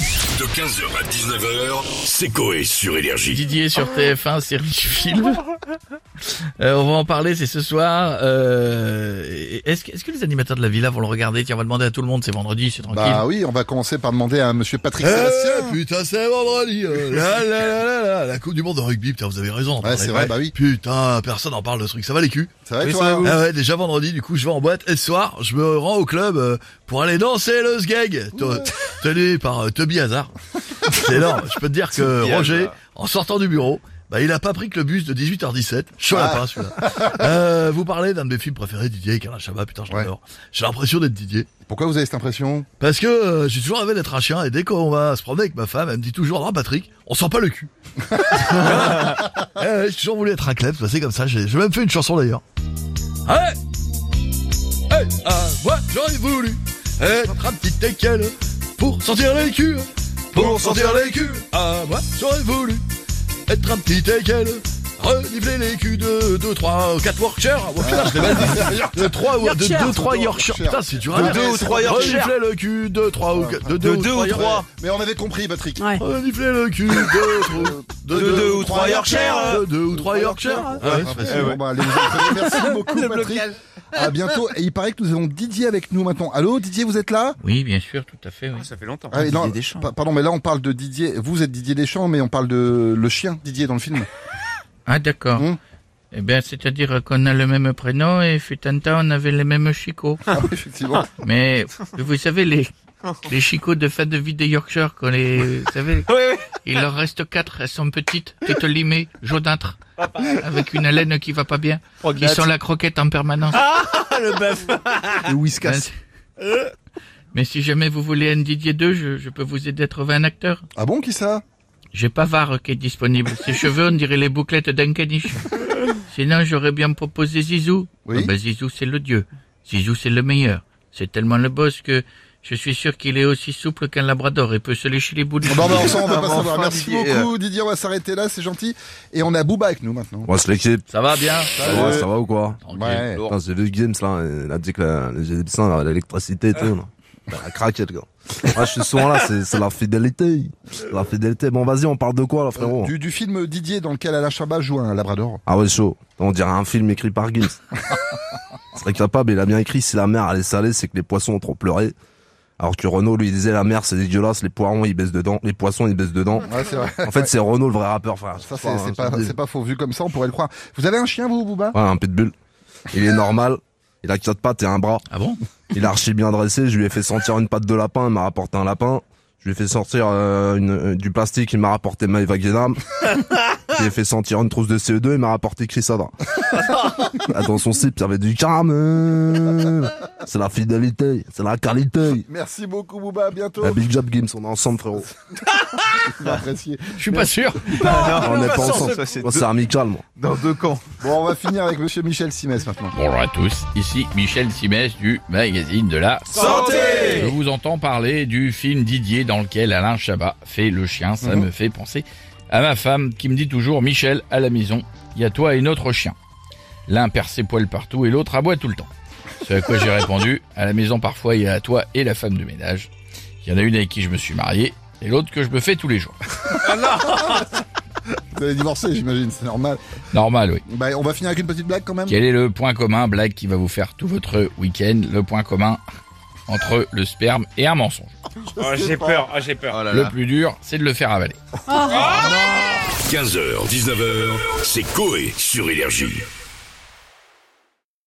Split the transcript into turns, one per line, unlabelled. De 15h à 19h, c'est Coé sur Énergie.
Didier sur TF1, série film. Euh, on va en parler, c'est ce soir. Euh, est-ce, que- est-ce que les animateurs de la villa vont le regarder Tiens, on va demander à tout le monde, c'est vendredi, c'est tranquille.
Bah oui, on va commencer par demander à monsieur Patrick
Euh
Sébastien.
putain, c'est vendredi. euh, la, la, la, la, la, la Coupe du Monde de rugby, putain, vous avez raison. on
Ouais,
en
c'est
est
vrai,
pas.
bah oui.
Putain, personne n'en parle de ce truc. Ça va les culs
Ça va
Oui, ça
toi
va, vous
Ah ouais, déjà vendredi, du coup, je vais en boîte. Et ce soir, je me rends au club euh, pour aller danser le sgeg. Te- Tenu par euh, Toby Hazard. c'est énorme. Je peux te dire que Roger, en sortant du bureau, bah, il a pas pris que le bus de 18h17. Chaud lapin, celui-là. Euh, vous parlez d'un de mes films préférés, Didier, Carla Chabat, putain, je
Ouais.
l'adore. J'ai l'impression d'être Didier.
Pourquoi vous avez cette impression
Parce que euh, j'ai toujours rêvé d'être un chien et dès qu'on va se promener avec ma femme, elle me dit toujours Ah Patrick, on sent pas le cul. Eh ouais, j'ai toujours voulu être un clef, c'est comme ça, j'ai j'ai même fait une chanson d'ailleurs. Allez Hey, Eh, ah, moi j'aurais voulu être un petit teckel pour sentir les culs, pour sentir les culs. Ah, moi j'aurais voulu être un petit teckel, renifler les culs de 2, 3, 4 workers. Workers, je l'ai mal dit. Ah, De 3 ou de 2, 3 Yorkshire. Putain, c'est dur à
De
dire.
deux ou trois
Yorkshire.
Renifler le cul de 3 ou 4. De 2 ou 3.
Mais on avait compris Patrick.
Ouais.
Renifler le cul de
De deux ou
trois
trois Yorkshire.
De 2 ou 3 Yorkshire.
Ouais,
Eh Ouais,
enfin,
c'est facile.
bon, bah, allez, vous entraînez. Merci beaucoup Patrick. À bientôt. Et il paraît que nous avons Didier avec nous maintenant. Allô Didier, vous êtes là
Oui, bien sûr, tout à fait. oui.
Ça fait longtemps.
Ah, non, pa- Pardon, mais là on parle de Didier. Vous êtes Didier Deschamps, mais on parle de le chien Didier dans le film.
Ah d'accord.
Hmm.
Eh bien, c'est-à-dire qu'on a le même prénom et fut un temps, on avait les mêmes chicots.
Ah oui, effectivement.
Mais vous savez, les, les chicots de fin de vie des Yorkshire, qu'on les, vous savez, il leur reste quatre, elles sont petites, toutes limées, jaunâtres, avec une haleine qui va pas bien, qui sont la croquette en permanence.
Ah,
Le Whiskas.
Ben,
Euh.
Mais si jamais vous voulez un Didier 2, je, je peux vous aider à trouver un acteur.
Ah bon, qui ça
J'ai Pavard qui est disponible. Ses cheveux, on dirait les bouclettes d'un caniche. Sinon, j'aurais bien proposé Zizou.
Oui.
Ah ben, Zizou, c'est le dieu. Zizou, c'est le meilleur. C'est tellement le boss que je suis sûr qu'il est aussi souple qu'un labrador et peut se lécher les bouts de
Bon, bah, on s'en va pas
Enfin,
savoir. Merci
Didier,
beaucoup Didier, on va s'arrêter là, c'est gentil. Et on a Booba avec nous maintenant.
Ouais, c'est l'équipe.
Ça va bien
Ça va, ça va ou quoi
Tranquille.
Ouais.
Putain, j'ai vu Games là, il a dit que la- les Égyptiens avaient l'électricité et tout. là. Bah, La craquette, quoi. Ah, je suis souvent là, c'est c'est la fidélité. La fidélité. Bon, vas-y, on parle de quoi là, frérot
Euh, Du, du film Didier dans lequel Alain Chabat joue un labrador.
Ah ouais, chaud. On dirait un film écrit par Gims. Il serait capable, il a bien écrit, si la mer elle est salée, c'est que les poissons ont trop pleuré. Alors que Renault lui disait la mer c'est dégueulasse, les poissons ils baissent dedans, les poissons ils baissent dedans.
Ouais, c'est vrai.
En fait c'est Renault le vrai rappeur frère.
Ça,
Enfin,
c'est c'est
je
pas,
te dis.
c'est pas faux. Vu comme ça, on pourrait le croire. Vous avez un chien, vous, Booba
Ouais, un pitbull. Il est normal, il a quatre pattes et un bras.
Ah bon
Il est archi bien dressé, je lui ai fait sentir une patte de lapin, il m'a rapporté un lapin. Je lui ai fait sortir euh, une- euh, du plastique, il m'a rapporté Maï Vagenam. je lui ai fait sentir une trousse de CO2, il m'a rapporté Chris Hadra. Ah, Dans son slip, il y avait du caramel. C'est la fidélité, c'est la qualité.
Merci beaucoup, Booba. À bientôt.
La Big Job Games, on est ensemble, frérot.
Apprécié.
Je suis pas sûr.
on n'est pas ensemble.
Ah, ça, c'est
Moi, c'est amical, moi.
Dans deux camps.
Bon, on va finir avec monsieur Michel Simès maintenant.
Bonjour à tous, ici Michel Simès du magazine de la Je vous entends parler du film Didier dans lequel Alain Chabat fait le chien. Ça me fait penser à ma femme qui me dit toujours Michel, à la maison, il y a toi et notre chien. L'un perd ses poils partout et l'autre aboie tout le temps. Ce à quoi j'ai répondu À la maison, parfois, il y a toi et la femme de ménage. Il y en a une avec qui je me suis marié et l'autre que je me fais tous les jours.
Vous avez divorcé, j'imagine, c'est normal.
Normal, oui.
Bah, on va finir avec une petite blague quand même.
Quel est le point commun, blague, qui va vous faire tout votre week-end Le point commun entre le sperme et un mensonge.
Oh, j'ai peur, oh, j'ai peur.
Le plus dur, c'est de le faire avaler.
15h, 19h, c'est Coé sur Énergie.